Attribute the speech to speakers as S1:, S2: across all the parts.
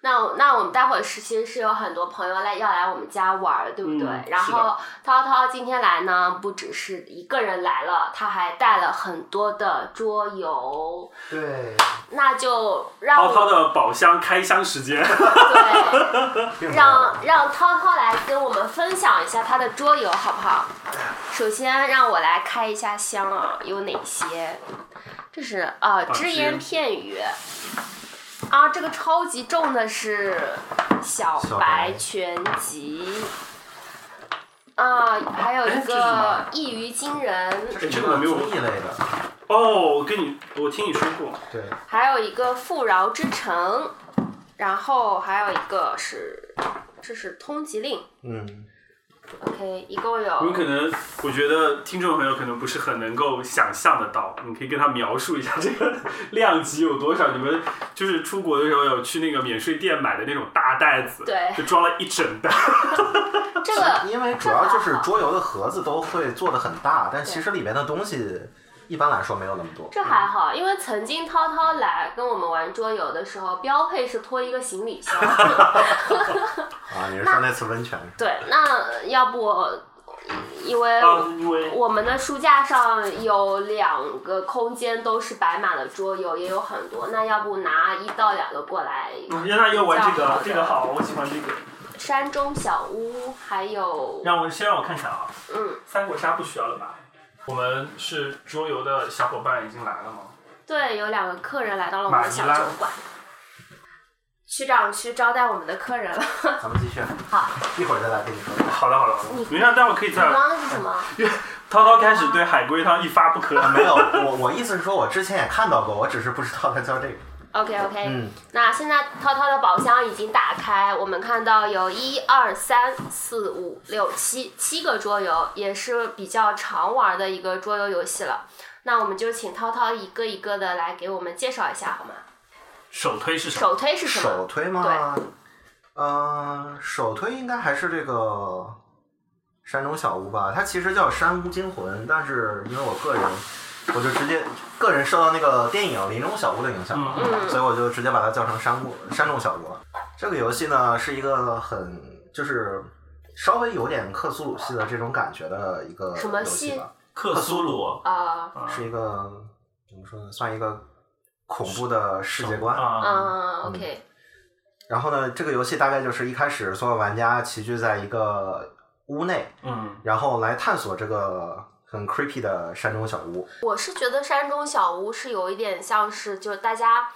S1: 那那我们待会儿是其实是有很多朋友来要来我们家玩儿的，对不对？
S2: 嗯
S1: 然
S2: 是的
S1: 后涛涛今天来呢，不只是一个人来了，他还带了很多的桌游，
S3: 对，
S1: 那就让
S2: 涛
S1: 我
S2: 涛的宝箱开箱时间，
S1: 对
S3: 并没有
S1: 让让涛涛来跟我们分享一下他的桌游，好不好？首先让我来开一下箱啊，有哪些？这是啊，
S2: 啊
S1: 只
S2: 只
S1: 言
S2: 言
S1: 片语。啊，这个超级重的是小
S3: 小
S1: 白
S3: 白
S1: 全集。啊，还有
S2: 哎
S1: 一
S2: 这是什
S1: 个
S2: 么
S1: 一鱼惊人，
S3: 这是
S2: 哎这
S3: 一
S2: 个我没有
S3: 综艺类的，
S2: 哦，我跟你，我听你说过，
S3: 对，
S1: 还有一个富饶之城，然后还有一个是，这是通缉令。
S3: 嗯，
S1: OK，一共
S2: 你
S1: 有
S2: 们可能，我觉得听众朋友可能不是很能够想象得到，你可以跟他描述一下这个量级有多少。你们就是出国的时候有去那个免税店买的那种大袋子，
S1: 对
S2: 就装了一整袋。
S1: 这个
S3: 因为主要就是桌游的盒子都会做的很大，但其实里面的东西一般来说没有那么多。
S1: 这还好，因为曾经涛涛来跟我们玩桌游的时候，标配是拖一个行 李箱。
S3: 啊，你是说那次温泉？
S1: 对，那要不因为
S2: 啊，因为
S1: 我们的书架上有两个空间都是摆满了桌游，也有很多，那要不拿一到两个过来？
S2: 嗯
S4: 让他又玩这
S1: 比较好
S4: 个
S1: 的，
S4: 这个好，我喜欢这个。
S1: 山中小屋，还有
S4: 让我先让我看看啊，
S1: 嗯，
S4: 三国杀不需要了吧？
S2: 我们是桌游的小伙伴已经来了吗？
S1: 对，有两个客人来到了我们的小
S2: 马尼
S1: 酒
S2: 拉
S1: 馆。区长去招待我们的客人了。
S3: 咱们继续，
S1: 好，
S3: 一会儿再来跟你说。
S2: 好的好的，云上待会儿可以
S1: 你
S2: 再
S1: 刚刚是什么？
S2: 涛涛开始对海龟汤一发不可。
S3: 啊没有，我我意思是说，我之前也看到过，我只是不知道它叫这个。
S1: OK OK，、
S3: 嗯
S1: 那现在涛涛的宝箱已经打开，我们看到有一二三四五六七七个桌游，也是比较常玩的一个桌游游戏了。那我们就请涛涛一个一个的来给我们介绍一下好吗？
S4: 首推是什么？
S1: 首推是什么？
S3: 手推吗？嗯、手推应该还是这个山中小屋吧。它其实叫《山屋惊魂》，但是因为我个人，我就直接个人受到那个电影《林中小屋》的影响，
S4: 嗯，
S1: 嗯
S3: 所以我就直接把它叫成山屋山中小屋了。这个游戏呢，是一个很就是稍微有点克苏鲁系的这种感觉的一个
S1: 什么
S3: 游戏
S1: 系
S3: 吧，
S4: 克苏鲁
S1: 啊
S4: 啊
S3: 是一个怎么说呢，算一个恐怖的世界观。
S4: 啊，
S1: 嗯，OK，
S3: 然后呢，这个游戏大概就是一开始所有玩家齐聚在一个屋内，
S2: 嗯，
S3: 然后来探索这个很 creepy 的山中小屋。
S1: 我是觉得山中小屋是有一点像是，就是大家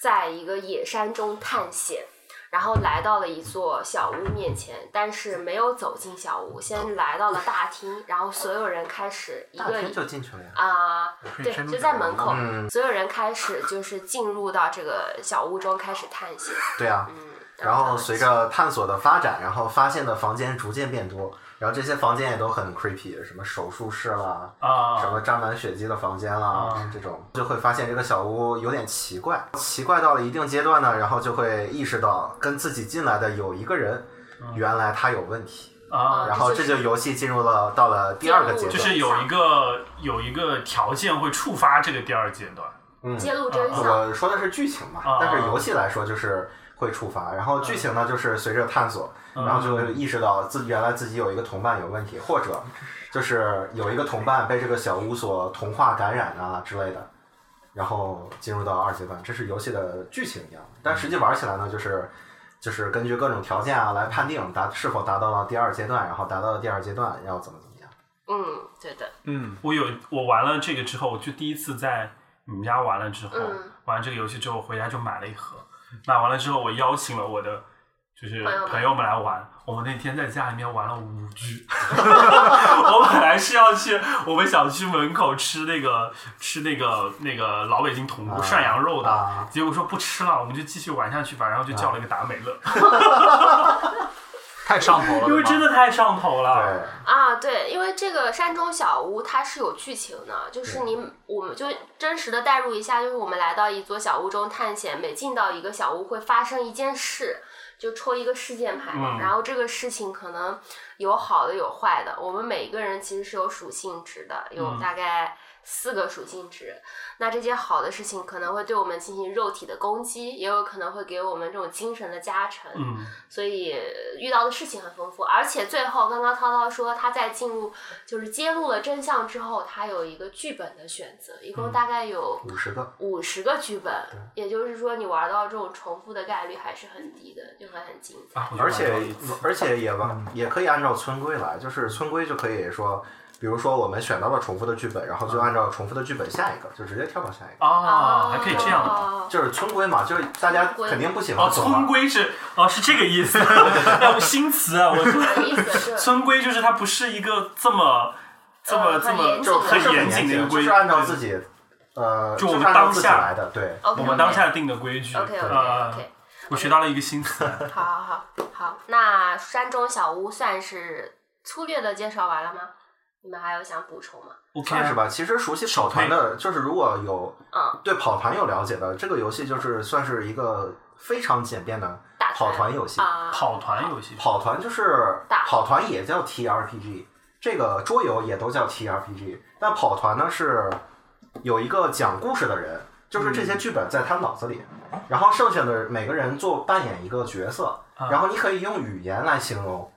S1: 在一个野山中探险，然后来到了一座小屋面前，但是没有走进小屋，先来到了大厅，然后所有人开始一
S3: 大
S1: 个
S3: 厅就进去了呀。
S1: 啊、对，就在门口，
S3: 嗯
S1: 所有人开始就是进入到这个小屋中开始探险，
S3: 对啊。
S1: 嗯，
S3: 然后随着探索的发展，然后发现的房间逐渐变多，然后这些房间也都很 creepy，什么手术室啦，
S4: 啊
S3: 什么沾满血迹的房间啦，
S4: 啊
S3: 这种就会发现这个小屋有点奇怪，奇怪到了一定阶段呢，然后就会意识到跟自己进来的有一个人，
S4: 嗯
S3: 原来他有问题。
S4: 啊，
S3: 然后
S1: 这
S3: 这
S1: 就
S3: 就是游戏进入了到了第二个阶
S1: 就
S3: 段，
S4: 就是有一个有一个条件会触发这个第二阶段。
S3: 嗯，
S1: 揭露真相，
S3: 我说的是剧情嘛，
S4: 啊
S3: 但是游戏来说就是会触发，然后剧情呢就是随着探索，然后就意识到自原来自己有一个同伴有问题，或者就是有一个同伴被这个小屋所同化感染啊之类的，然后进入到二阶段，这是游戏的剧情一样，但实际玩起来呢就是。就是根据各种条件啊来判定达是否达到了第二阶段，然后达到了第二阶段要怎么怎么样。
S1: 嗯，对的，
S2: 嗯，
S4: 我有我玩了这个之后，我就第一次在你们家玩了之后，
S1: 嗯
S4: 玩这个游戏之后回家就买了一盒，买完了之后我邀请了我的就是
S1: 朋友们
S4: 朋友们来玩，我们那天在家里面玩了五局， 我本来是要去我们小区门口吃那个吃那个那个老北京铜锅
S3: 啊
S4: 涮羊肉的，
S3: 啊
S4: 结果说不吃了，我们就继续玩下去吧，然后就叫了一个达美 乐，
S5: 太上头了，
S4: 因为真
S5: 的
S4: 的太上头了，
S3: 对，
S1: 啊，对，因为这个山中小屋它是有剧情的，就是你我们就真实的代入一下，就是我们来到一座小屋中探险，每进到一个小屋会发生一件事，就抽一个事件牌嘛，
S4: 嗯
S1: 然后这个事情可
S4: 嗯
S1: 能有好的有坏的，我们每一个人其实是有属性值的，有大概四个属性值。那这些好的事情可能会对我们进行肉体的攻击，也有可能会给我们这种精神的加成。
S4: 嗯，
S1: 所以遇到的事情很丰富，而且最后刚刚涛涛说他在进入就是揭露了真相之后，他有一个剧本的选择，一共大概有
S3: 嗯五十个，
S1: 五十个剧本，也就是说你玩到这种重复的概率还是很低的，就会很精彩。
S4: 啊我就
S3: 而且
S4: 玩到
S3: 而且也完
S4: 嗯
S3: 也可以按照村规来，就是村规就可以说，比如说我们选到了重复的剧本，然后就按照重复的剧本下一个，就直接跳到下一个，
S4: 啊，还可以这样的。
S1: 哦
S3: 就是村规嘛，就是大家肯定不喜
S4: 哦，
S3: 欢总
S4: 村
S3: 玩。
S4: 规是哦，是这个意思。哎，我新词啊，我说
S1: 有意思，这
S4: 村规就是它不是一个这么这么
S1: 呃
S4: 这
S1: 很
S4: 么
S1: 严
S3: 就
S1: 很
S3: 是
S4: 严谨的一个
S3: 就
S4: 规
S3: 是
S4: 矩
S3: 按照自己，呃，
S4: 就我们
S3: 是按照
S4: 当
S3: 自己
S4: 下哦
S3: 来的，对，
S1: OK，
S4: 我们当下定的规矩。
S1: OK OK
S4: 呃
S1: OK，
S4: 我学到了一个新词。
S1: 好好好好，那山中小屋算是粗略的介绍完了吗？你们还有想补充吗？
S4: OK，啊
S3: 算是吧。其实熟悉跑团的，就是如果有
S1: 嗯，
S3: 对跑团有了解的，这个游戏就是算是一个非常简便的
S1: 打
S3: 跑团游戏。
S1: 啊，
S4: 跑团游戏。
S3: 跑团就是
S1: 打
S3: 跑团也叫 TRPG，这个桌游也都叫 TRPG，但跑团呢是有一个讲故事的人，
S4: 嗯
S3: 就是这些剧本在他脑子里，然后剩下的每个人做扮演一个角色，
S4: 啊
S3: 然后你可以用语言来形容，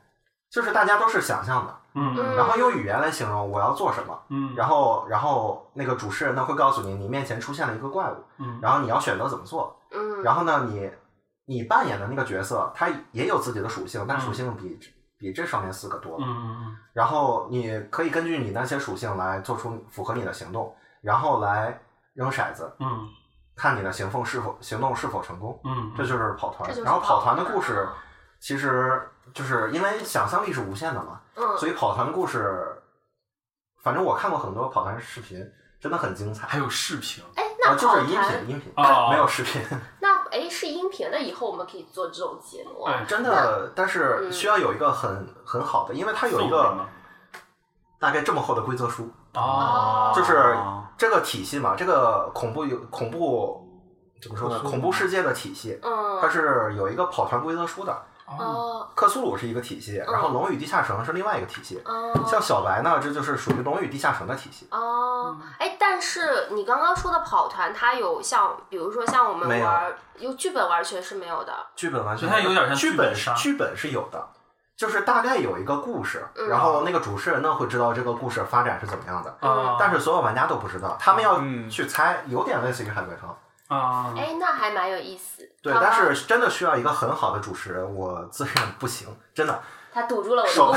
S3: 就是大家都是想象的，
S4: 嗯
S1: 嗯
S3: 然后用语言来形容我要做什么。
S4: 嗯
S3: 然后，然后那个主持人呢会告诉你，你面前出现了一个怪物，
S4: 嗯
S3: 然后你要选择怎么做。
S1: 嗯，
S3: 然后呢，你你扮演的那个角色，他也有自己的属性，但
S1: 嗯
S3: 属性比比这上面四个多
S4: 嗯。嗯
S3: 然后你可以根据你那些属性来做出符合你的行动，然后来扔骰子，
S4: 嗯
S3: 看你的行动是否行动是否成功。
S4: 嗯，
S3: 这就是跑团
S1: 这就是。
S3: 然后跑团的故
S1: 跑
S3: 事
S1: 团，嗯
S3: 其实就是因为想象力是无限的嘛，
S1: 嗯，
S3: 所以跑团的故事，反正我看过很多跑团视频，真的很精彩。
S4: 还有视频
S1: 哎，
S3: 啊，
S1: 那
S3: 就
S1: 跑
S3: 是音
S1: 团
S3: 频，音频
S4: 哦
S3: 没有视频，
S1: 那哎是音频的，以后我们可以做这种节目啊。
S4: 哎
S3: 真的，但
S1: 嗯
S3: 是需要有一个很很好的，因为它有一个大概这么厚的规则书，
S4: 哦，
S3: 就是这个体系嘛，这个恐怖有恐怖怎么说呢？恐怖世界的体系，它
S1: 嗯，
S3: 是有一个跑团规则书的，
S1: 哦
S3: 克苏鲁是一个体系，然后
S1: 嗯
S3: 《龙与地下城》是另外一个体系。
S1: 哦
S3: 像小白呢，这就是属于《龙与地下城》的体系，
S1: 哦，哎，但是你刚刚说的跑团，它有像，比如说像我们
S3: 没有
S1: 玩有剧本玩全是没有的。
S3: 剧本完全
S4: 所以它有点像
S3: 剧
S4: 剧本杀
S3: 剧本是有的，就是大概有一个故事，
S1: 嗯
S3: 然后那个主持人呢会知道这个故事发展是怎么样的，
S4: 啊，
S3: 但是所有玩家都不知道，他们要
S5: 嗯
S3: 去猜，有点类似于海龟汤。
S4: 啊，
S1: 哎，那还蛮有意思。
S3: 对，
S1: 好吧
S3: 但是真的需要一个很好的主持人，我自认不行，真的，
S1: 他堵住了我的
S3: 手
S1: 路。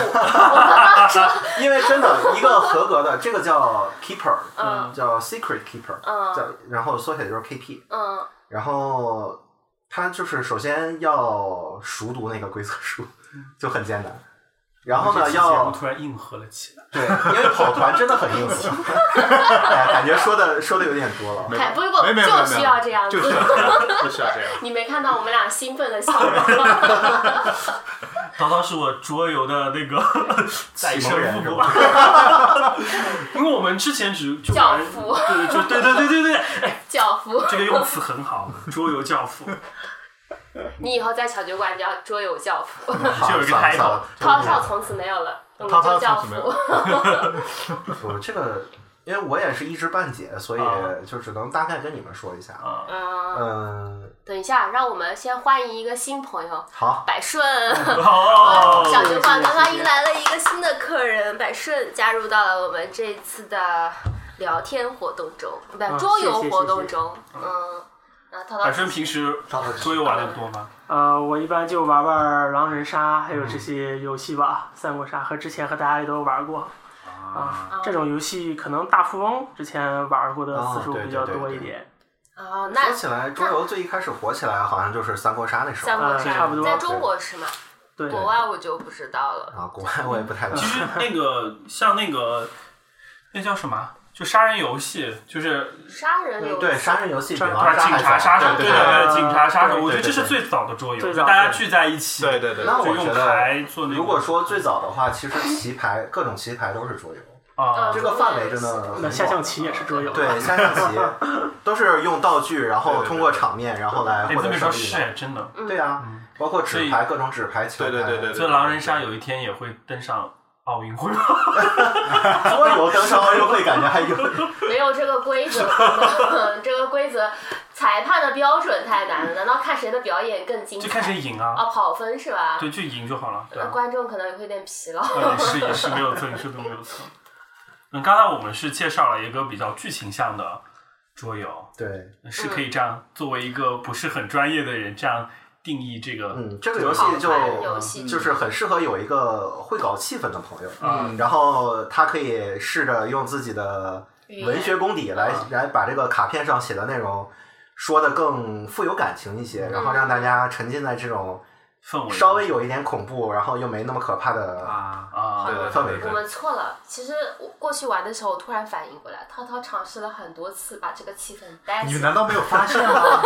S1: 我说，
S3: 因为真的一个合格的，这个叫 keeper，
S1: 嗯
S3: 叫 secret keeper，
S1: 嗯
S3: 叫然后缩写就是 KP，
S1: 嗯，
S3: 然后他就是首先要熟读那个规则书，就很艰难，然后呢
S4: 嗯这期节目
S3: 要
S4: 突然硬核了起来，
S3: 对，因为跑团真的很 硬核，哎，感觉说的说的有点多了。
S1: 凯不过
S5: 没没有没有
S1: 就需要这样子
S5: 就。是 就是要这样。
S1: 你没看到我们俩兴奋的笑容吗？
S4: 叨叨是我桌游的那 个再
S3: 启蒙人
S4: 生
S3: 是
S4: 父母
S3: 吧，
S4: 因为我们之前只就
S1: 教
S4: 玩，
S1: 父，
S4: 对就对对对对对，哎，
S1: 教父，
S4: 这个用词很好，桌游教 父，
S1: 你以后在小酒馆叫桌游教父。
S3: 好
S4: 就有一个
S3: 算了
S4: title
S3: 算了
S1: 涛涛从此没有了，我们
S5: 涛涛
S1: 就教
S5: 从此没有
S1: 父。
S3: 我这个，因为我也是一知半解，所
S4: 啊
S3: 以就只能大概跟你们说一下。
S4: 啊，
S1: 嗯，
S3: 嗯，
S1: 等一下，让我们先欢迎一个新朋友，
S3: 好，
S1: 百顺。
S4: 哦，
S1: 小酒馆刚刚迎来了一个新的客人，百顺加入到了我们这次的聊天活动中，不，桌游活动中。嗯，那涛涛
S4: 反正平时桌游玩的多吗？
S6: 呃，我一般就玩玩狼人杀，还
S5: 嗯
S6: 有这些游戏吧，三国杀和之前和大家也都玩过
S4: 啊，
S6: 啊。这种游戏可能大富翁之前玩过的
S3: 哦
S6: 次数
S3: 对
S6: 比
S3: 对
S6: 较
S3: 对
S6: 多一
S3: 对
S6: 点，
S1: 啊，那
S3: 说起来，桌游最一开始火起来，好像就是三国杀那时
S1: 三
S3: 候
S1: 国
S6: 呃差
S1: 杀
S6: 不多
S1: 在中国是吗？
S6: 对
S1: 国外我就不知道了。
S3: 啊。国外我也不太懂
S4: 其，实那个像那个那叫什么？啊就杀人游戏，就是
S1: 杀人游戏
S3: 对，杀人游戏比狼啊人杀
S4: 警
S3: 还
S4: 察杀
S3: 早
S4: 手，
S3: 对
S6: 对
S4: 对，
S6: 对
S4: 警察杀手，
S6: 对
S4: 我觉得这是
S3: 对
S4: 最早的桌游，
S6: 最
S4: 就
S6: 早
S4: 大家
S6: 对
S4: 聚在一起，
S5: 对对对，
S3: 那
S4: 就
S3: 我
S4: 用
S3: 觉得，
S4: 牌做那个。
S3: 如果说最早的话，其实棋牌各种棋牌都是桌游，
S4: 啊
S1: 嗯
S3: 这个范围真的很
S6: 那
S3: 广。
S6: 下象棋也是桌游。
S3: 对下象棋都是用道具，然
S5: 对
S3: 后
S5: 对对
S3: 通过场面，然后来
S4: 哎，
S3: 获
S4: 这
S3: 得
S4: 么说
S3: 胜利
S4: 是
S3: 嘛。
S4: 哎真的，
S3: 对啊，包括纸
S4: 所
S3: 牌各种纸牌、球牌，
S5: 对对对对对
S4: 所以狼人杀有一天也会登上奥运会吗？
S3: 桌游登上奥运会，感觉还 有
S1: 没有这个规则， 这个规则裁判的标准太难了。难道看谁的表演更精彩？
S4: 就看谁赢啊，
S1: 啊，跑分是吧？
S4: 对，就赢就好了。对
S1: 那
S4: 啊，
S1: 观众可能也会有点疲劳。
S4: 啊也是也是没有错，你说的没有错。嗯，刚才我们是介绍了一个比较剧情向的桌游，
S3: 对，
S4: 是可以这样作为一个不是很专业的人这样定义这个。
S3: 嗯，这个游戏就
S1: 好玩游戏
S3: 就是很适合有一个会搞气氛的朋友，
S4: 嗯
S3: 然后他可以试着用自己的
S1: 语言
S3: 文学功底来
S4: 嗯
S3: 来把这个卡片上写的内容说的更富有感情一些，然后
S1: 嗯
S3: 让大家沉浸在这种
S4: 氛围
S3: 稍微有一点恐怖，然后又没那么可怕的
S4: 啊啊，
S3: 对氛围
S1: 我
S3: 感。
S1: 们错了。其实我过去玩的时候，我突然反应过来，涛涛尝试了很多次把这个气氛带
S5: 你
S1: 起
S5: 们
S1: 来，
S5: 难道没有发 现吗？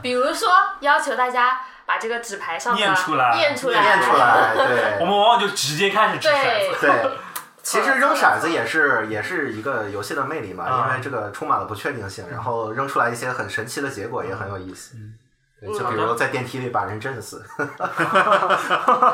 S1: 比如说要求大家把这个纸牌上的
S4: 念出来
S1: 念出来，
S3: 念出来，
S4: 我
S3: 对
S4: 们往往就直接开始掷骰
S1: 对
S4: 子。
S3: 对。其实扔骰子也是也是一个游戏的魅力嘛，
S4: 啊
S3: 因为这个充满了不确定性，然后扔出来一些很神奇的结果也很有意思。对就比如在电梯里把人震死，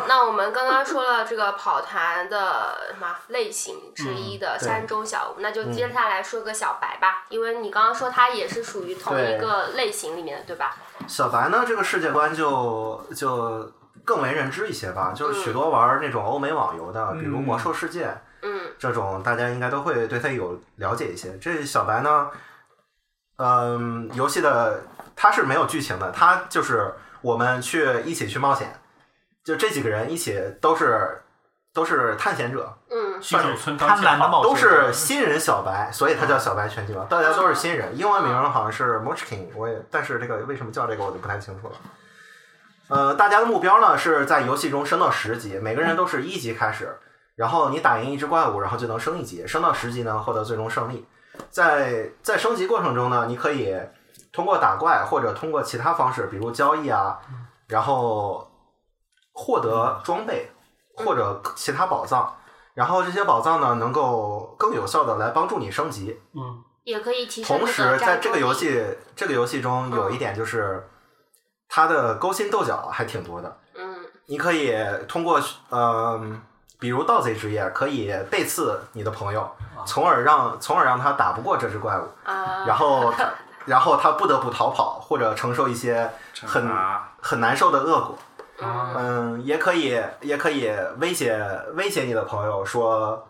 S1: 那我们刚刚说了这个跑团的什么类型之一的
S3: 嗯对嗯
S1: 山中小屋，那就接下来说个小白吧，因为你刚刚说它也是属于同一个类型里面的，对吧？
S3: 小白呢，这个世界观就就更为人知一些吧。就是许多玩那种欧美网游的，比如《魔兽世界》
S1: 嗯
S3: 这种，大家应该都会对它有了解一些。这小白呢，嗯，游戏的它是没有剧情的，它就是我们去一起去冒险，就这几个人一起都是都是探险者，
S1: 嗯
S4: 新手村刚啊
S5: 贪
S4: 建
S5: 婪的
S4: 好
S5: 冒
S3: 都
S5: 险者
S3: 是新人小白，所以他叫小白拳击王。大家都是新人，英文名好像是 Munchkin，我也，但是这个为什么叫这个我就不太清楚了。呃，大家的目标呢是在游戏中升到十级，每个人都是一级开始，然后你打赢一只怪物，然后就能升一级，升到十级呢获得最终胜利。在在升级过程中呢，你可以通过打怪或者通过其他方式，比如交易啊，然后获得装备或者其他宝藏。然后这些宝藏呢，能够更有效的来帮助你升级。
S4: 嗯，
S1: 也可以提升
S3: 同
S1: 这
S3: 时
S1: 个，
S3: 在
S1: 战
S3: 这
S1: 斗
S3: 个
S1: 力嗯
S3: 游戏这个游戏中有一点就是，它的勾心斗角还挺多的。
S1: 嗯
S3: 你可以通过呃，比如盗贼之夜，可以背刺你的朋友，从而让从而让他打不过这只怪物，
S1: 啊，
S3: 然 后然后他不得不逃跑或者承受一些很
S5: 啊，
S3: 很难受的恶果。
S1: 嗯
S3: 嗯，也可以，也可以威胁威胁你的朋友说，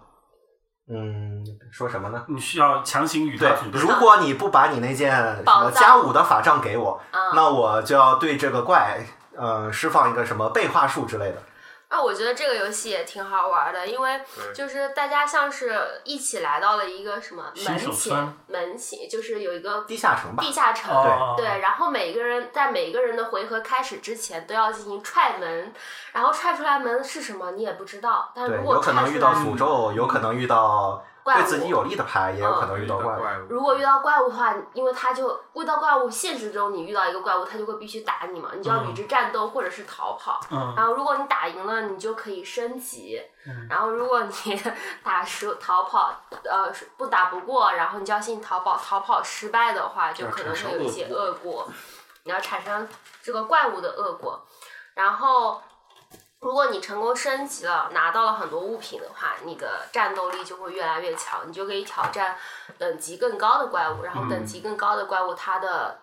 S3: 嗯，说什么呢？
S4: 你需要强行与
S3: 对
S4: 他组，队
S3: 如。果你不把你那件什么
S1: 宝藏
S3: 加五的法杖给我，
S1: 啊，
S3: 那我就要对这个怪，呃，释放一个什么背话术之类的。
S1: 啊，我觉得这个游戏也挺好玩的，因为
S5: 对
S1: 就是大家像是一起来到了一个什么
S4: 新手
S1: 门
S4: 村
S1: 前门前，就是有一个
S3: 地下城吧
S1: 地，下城，
S4: 哦
S1: 对，然后每个人在每个人的回合开始之前都要进行踹门，然后踹出来门是什么你也不知道，但
S3: 对，
S1: 如果
S3: 有可
S1: 踹
S3: 能
S1: 出
S3: 遇到
S1: 来
S3: 诅咒，有可能遇到
S1: 怪
S3: 对
S1: 物，
S3: 自己有利的牌，也有可能遇到
S4: 嗯
S3: 怪物。
S5: 物
S1: 如果遇到怪物的话，因为它就遇到怪物，现实中你遇到一个怪物，它就会必须打你嘛，你就要与之战斗或者是逃跑。
S4: 嗯
S1: 然后如果你打赢了，你就可以升级。然后如果你 打输逃跑，呃不打不过，然后你就要进逃跑，逃跑失败的话，就可能会有一些恶果，你要产生这个怪物的恶果。然后如果你成功升级了，拿到了很多物品的话，你的战斗力就会越来越强，你就可以挑战等级更高的怪物，然后
S4: 嗯
S1: 等级更高的怪物它的。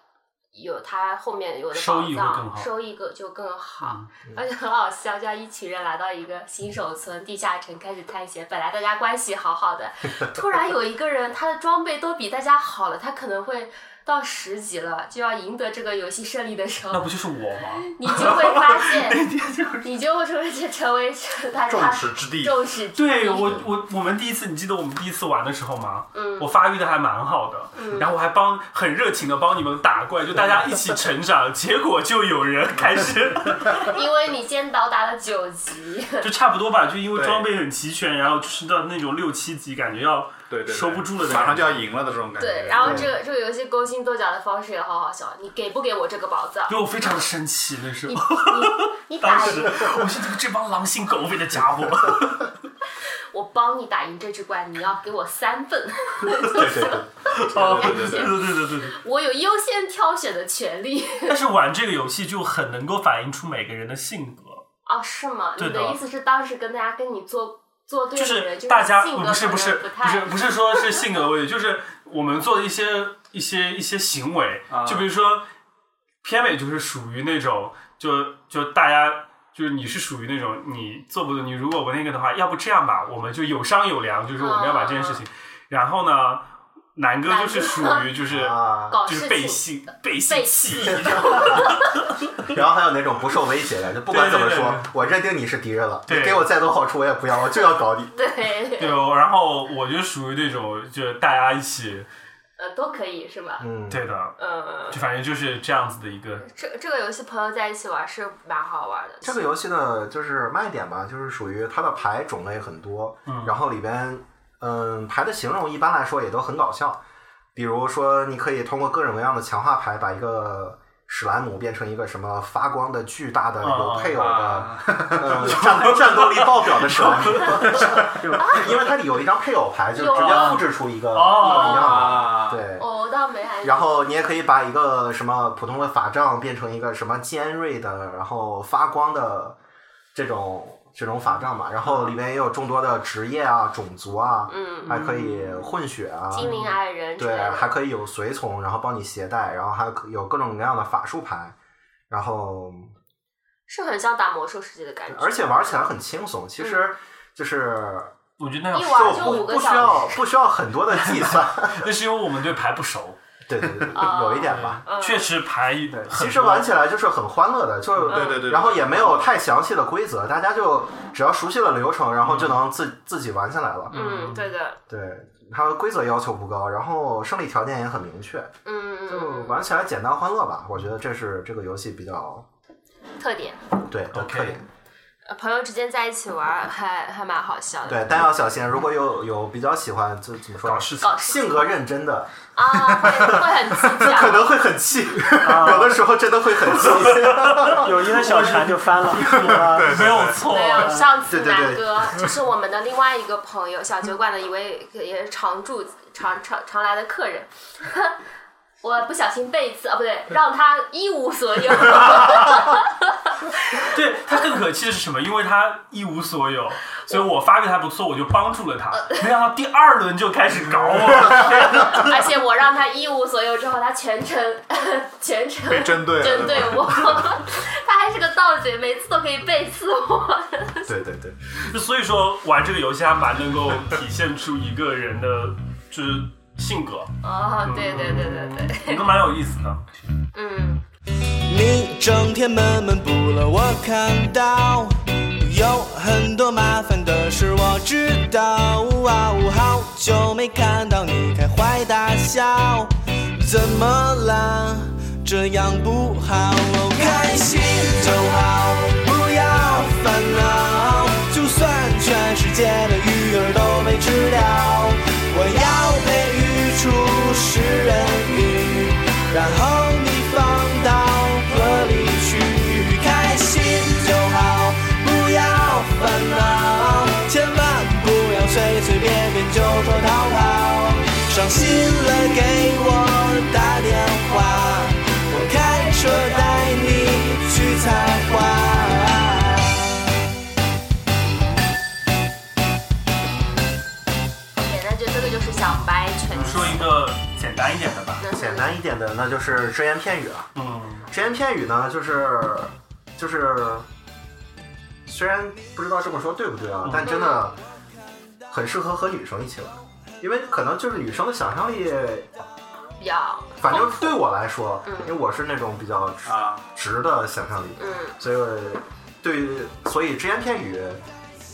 S1: 有它后面有的
S4: 收
S1: 宝
S4: 益会更
S1: 藏
S4: 好嗯
S1: 收益更就更好，而且很好笑，叫一群人来到一个新手村地下城开始探险。本来大家关系好好 的，突然有一个人他的装备都比大家好了，他可能会到十级了，就要赢得这个游戏胜利的时
S4: 那
S1: 候，
S4: 不就是我吗？
S1: 你就会发现，你就会成成为大
S5: 众
S1: 家
S5: 矢之的，
S1: 众矢之
S4: 对
S1: 的
S4: 我我我们第一次，你记得我们第一次玩的时候吗？
S1: 嗯
S4: 我发育的还蛮好的，然后我还帮很热情的帮你们打怪，就大家一起成长，结果就有人开 始
S1: 因为你先到达了九级，
S4: 就差不多吧，就因为
S5: 对
S4: 装备很齐全，然后吃到那种六七级，感觉要
S5: 对对，对
S4: 收不住了的
S5: 马
S4: 感
S5: 上就
S4: 觉
S5: 要赢了的这种感觉。
S1: 对，然后这个这个游戏勾心斗角的方式也好好笑，你给不给我这个宝藏？
S4: 对我非常的生气那时
S1: 你
S4: 候。
S1: 你你
S4: 当
S1: 打
S4: 时
S1: 赢，
S4: 我是这帮狼心狗肺的家伙，
S1: 我帮你打赢这只怪，你要给我三份。
S3: 对对对，
S5: 对对
S4: 对
S5: 对
S4: 对对对对。
S1: 我有优先挑选的权利
S4: 但是玩这个游戏就很能够反映出每个人的性格，
S1: 哦，是吗？
S4: 对
S1: 你
S4: 的
S1: 的意思是当时跟大家跟你做做对
S4: 就
S1: 的人
S4: 是大家呃
S1: 性格
S4: 不
S1: 可
S4: 是不
S1: 能
S4: 是
S1: 不
S4: 不
S1: 太
S4: 是不是说是性格的问题，就是我们做的一些一些一些行为，
S7: 啊
S4: 就比如说片尾就是属于那种就就大家。就是你是属于那种你做不，你如果不那个的话，要不这样吧，我们就有商有量，就是我们要把这件事情。然后呢，啊南哥就是属于就是
S3: 啊，
S1: 搞
S4: 就是
S1: 事
S4: 背
S1: 情。
S4: 信背
S1: 背
S4: 信
S1: 弃
S4: 弃义，
S3: 然后还有那种不受威胁的，就不管怎么
S4: 对对
S3: 说
S4: 对，
S3: 我认定你是敌人了，你
S4: 对
S3: 给我再多好处我也不要，我就要搞你。
S1: 对，
S4: 对哦。然后我就属于那种，就大家一起，
S1: 呃，都可以是吧？
S3: 嗯，
S4: 对的，
S1: 嗯，
S4: 就反正就是这样子的一个
S1: 这这个游戏朋友在一起玩是蛮好玩的。
S3: 这个游戏的就是卖点吧，就是属于它的牌种类很多，然后里边嗯牌的形容一般来说也都很搞笑，比如说你可以通过各种各样的强化牌把一个。史莱姆变成一个什么发光的巨大的有配偶的、
S7: 啊，
S3: 呃、战战斗力爆表的史莱姆，因为它有一张配偶牌，就直接复制出一个一模一样的，
S5: 啊，
S3: 对。
S1: 哦，倒没还
S3: 然后你也可以把一个什么普通的法杖变成一个什么尖锐的，然后发光的这种这种法杖嘛。然后里面也有众多的职业啊、种族啊，
S1: 嗯，
S3: 还可以混血啊，
S1: 精灵爱人之类
S3: 对，啊
S1: 的
S3: 还可以有随从，然后帮你携带，然后还可有各种各样的法术牌。然后，
S1: 是很像打魔兽世界的感觉，
S3: 而且玩起来很轻松，其实就是
S4: 我觉得那
S1: 一
S4: 样
S1: 玩
S3: 就
S1: 嗯就
S3: 不
S1: 五个
S3: 不需
S1: 小时
S3: 要不需要很多的计 算，
S4: 那是因为我们对牌不熟，
S3: 对对对，有一点吧。
S1: 嗯
S4: 确实牌
S3: 对，
S4: 很
S3: 其实玩
S4: 多。
S3: 起来就是很欢乐的，就
S5: 对对对
S3: 然后也没有太详细的规则，大家就只要熟悉了流程，然后
S5: 嗯
S3: 就能自自己玩起来了。
S1: 嗯，对的，
S3: 对，它的规则要求不高，然后胜利条件也很明确，
S1: 嗯，
S3: 就
S1: 嗯
S3: 玩起来简单欢乐吧。我觉得这是这个游戏比较
S1: 嗯特点。
S3: 对的
S4: OK
S3: 特点。
S1: 呃朋友之间在一起玩还还蛮好笑的，
S3: 对，但要小心，如果有有比较喜欢就怎么说
S4: 搞事情
S1: 搞事
S3: 性格认真的，
S1: 啊，会会很
S5: 啊
S1: 计
S3: 可
S1: 较。
S3: 能会很 气，有的时候真的会很气。
S8: 友谊的小船就 翻了。
S4: 没有错
S1: 没有，啊上次
S3: 对对
S1: 南
S3: 对
S1: 哥就是我们的另外一个朋友，小酒馆的一位也是常驻、常常常来的客人。 我不小心背刺啊，不对，让他一无所有。
S4: 对他更可气的是什么？因为他一无所有，所以我发育还不错，我就帮助了他。
S1: 呃
S4: 没想到第二轮就开始搞 我，
S1: 而且我让他一无所有之后，他全程 全程
S5: 被针对了
S1: 针对我， 他还是个盗贼，每次都可以背刺我。
S3: 对对对，
S4: 所以说玩这个游戏还蛮能够体现出一个人的就是性格，
S1: 哦，
S3: 嗯
S1: 对对对对对，
S4: 你都蛮有意思的。
S1: 嗯，
S6: 你整天闷闷不乐，我看到有很多麻烦的事，我知道。哇哦好久没看到你开怀大笑，怎么啦？这样不好，哦开心就好，不要烦恼。就算全世界的鱼儿都被吃掉，我要被鱼出食人鱼。然后你放到河里去，开心就好，不要烦恼，千万不要随随便便就说逃跑，伤心了给我打电话，我开车带你去采花。
S1: 对，那就这个就是小白全
S4: 我们说一个简单一点的吧，
S3: 简单一点的那就是只言片语了。
S4: 嗯，
S3: 只言片语呢，就是就是，虽然不知道这么说对不对啊，但真的很适合和女生一起玩，因为可能就是女生的想象力，
S1: 比较，
S3: 反正对我来说
S1: 嗯，
S3: 因为我是那种比较直
S5: 啊，
S3: 直的想象力，
S1: 嗯
S3: 所以对于所以只言片语，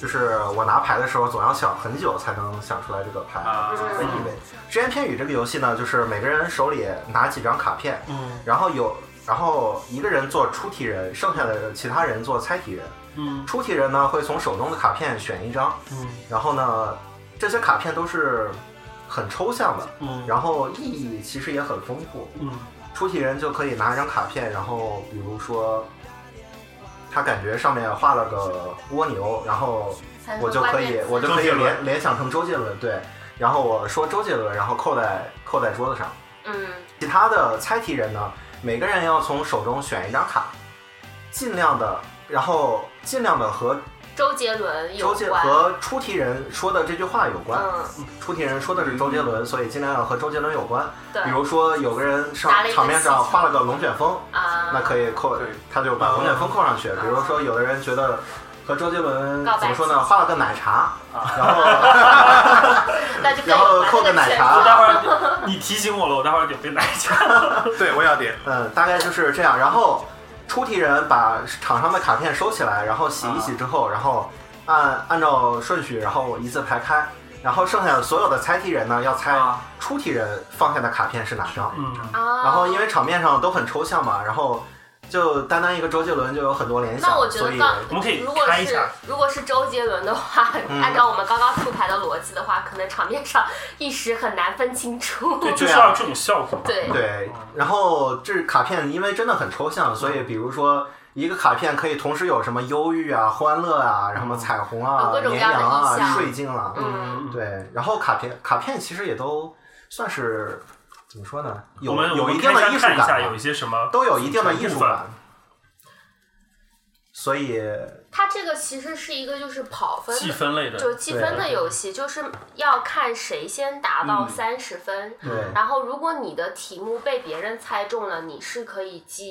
S3: 就是我拿牌的时候总要想很久才能想出来这个牌。
S1: 嗯
S5: 啊
S3: 的意味。只言片语这个游戏呢，就是每个人手里拿几张卡片，
S4: 嗯，
S3: 然后有，然后一个人做出题人，剩下的其他人做猜题人。
S4: 嗯，
S3: 出题人呢会从手中的卡片选一张，
S4: 嗯，
S3: 然后呢，这些卡片都是很抽象的，
S4: 嗯
S3: 然后意义其实也很丰富，
S4: 嗯，
S3: 出题人就可以拿一张卡片，然后比如说，他感觉上面画了个蜗牛，然后我就可
S5: 哎
S3: 以我就可以
S5: 周杰伦
S3: 联联想成周杰伦，对，然后我说周杰伦，然后扣在扣在桌子上。
S1: 嗯
S3: 其他的猜题人呢，每个人要从手中选一张卡，尽量的，然后尽量的和
S1: 周杰伦有
S3: 周杰
S1: 关。
S3: 和出题人说的这句话有关。
S1: 嗯，
S3: 出题人说的是周杰伦，所以尽量要和周杰伦有关。
S1: 对
S3: 比如说有个人上
S1: 拿了一个
S3: 场面上
S1: 气球
S3: 画了个龙卷风，
S1: 啊，
S3: 那可以扣
S5: 对，
S3: 他就把龙卷风扣上去。比如说有的人觉得。和周杰伦
S1: 嗯告白
S3: 怎么说呢？
S1: 气
S3: 画了个奶茶，然后
S1: 那就更
S3: 然后
S1: 有
S3: 扣个
S1: 那
S3: 奶
S1: 全
S3: 茶
S1: 是
S4: 待会儿你提醒我了，我待会儿得被奶茶。
S5: 对，我也要点。
S3: 嗯，大概就是这样。然后出题人把场上的卡片收起来，然后洗一
S4: 嗯
S3: 洗之后，然后按按照顺序，然后一字排开。然后剩下的所有的猜题人呢，要猜
S4: 啊
S3: 出题人放下的卡片是哪张。
S4: 嗯，
S1: 啊。
S3: 然后因为场面上都很抽象嘛，然后就单单一个周杰伦就有很多联想
S1: 那我，觉
S3: 所
S1: 得
S3: 以
S1: 刚
S4: 我们可以
S1: 如果
S4: 开一
S1: 是
S4: 下
S1: 如果是周杰伦的话，
S3: 嗯
S1: 按照我们刚刚复盘的逻辑的话，可能场面上一时很难分清楚。
S4: 对，哦就是要这种效 果。
S1: 对
S3: 对。
S4: 嗯
S3: 然后这卡片因为真的很抽象，所以比如说。一个卡片可以同时有什么忧郁啊、欢乐啊、
S4: 嗯
S3: 什么彩虹啊
S1: 有、各种
S3: 绵
S1: 各样的
S3: 羊啊
S1: 意、象
S3: 睡镜啊，
S1: 嗯，
S3: 对，然后卡片卡片其实也都算是怎么说呢？有
S4: 我们
S3: 有
S4: 我们
S3: 一定
S4: 开
S3: 的
S4: 箱
S3: 艺术
S4: 看一下
S3: 感
S4: 有一
S3: 吧，
S4: 些什么
S3: 都有一定的艺术
S4: 部
S3: 感。所以，
S1: 它这个其实是一个就是跑分
S4: 细
S1: 的。
S4: 分类的，啊
S1: 就积分的游戏，就是要看谁先达
S4: 嗯
S1: 到三十分。
S3: 对，
S1: 然后，如果你的题目被别人猜中了，你是可以记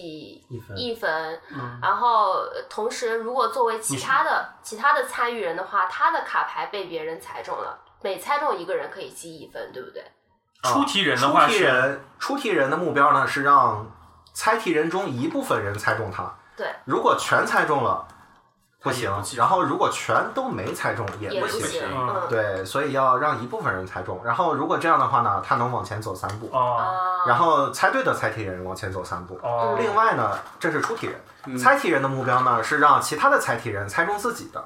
S3: 一分
S1: 一分。然后，呃同时，如果作为其他的其他的参与人的话，他的卡牌被别人猜中了，每猜中一个人可以记一分，对不对？
S4: 出题人的话
S3: 出题
S4: 是
S3: 人出题人的目标呢是让猜题人中一部分人猜中它，
S1: 对，
S3: 如果全猜中了不行，然后如果全都没猜中也
S1: 也
S3: 不
S1: 不行。
S3: 行。
S4: 嗯
S1: 嗯，
S3: 对，所以要让一部分人猜中，然后如果这样的话呢，他能往前走三步，
S4: 哦
S1: 啊，
S3: 然后猜对的猜题人往前走三步，
S4: 哦，
S3: 另外呢，这是出题
S4: 嗯
S3: 人，猜题人的目标呢是让其他的猜题人猜中自己的，
S4: 哦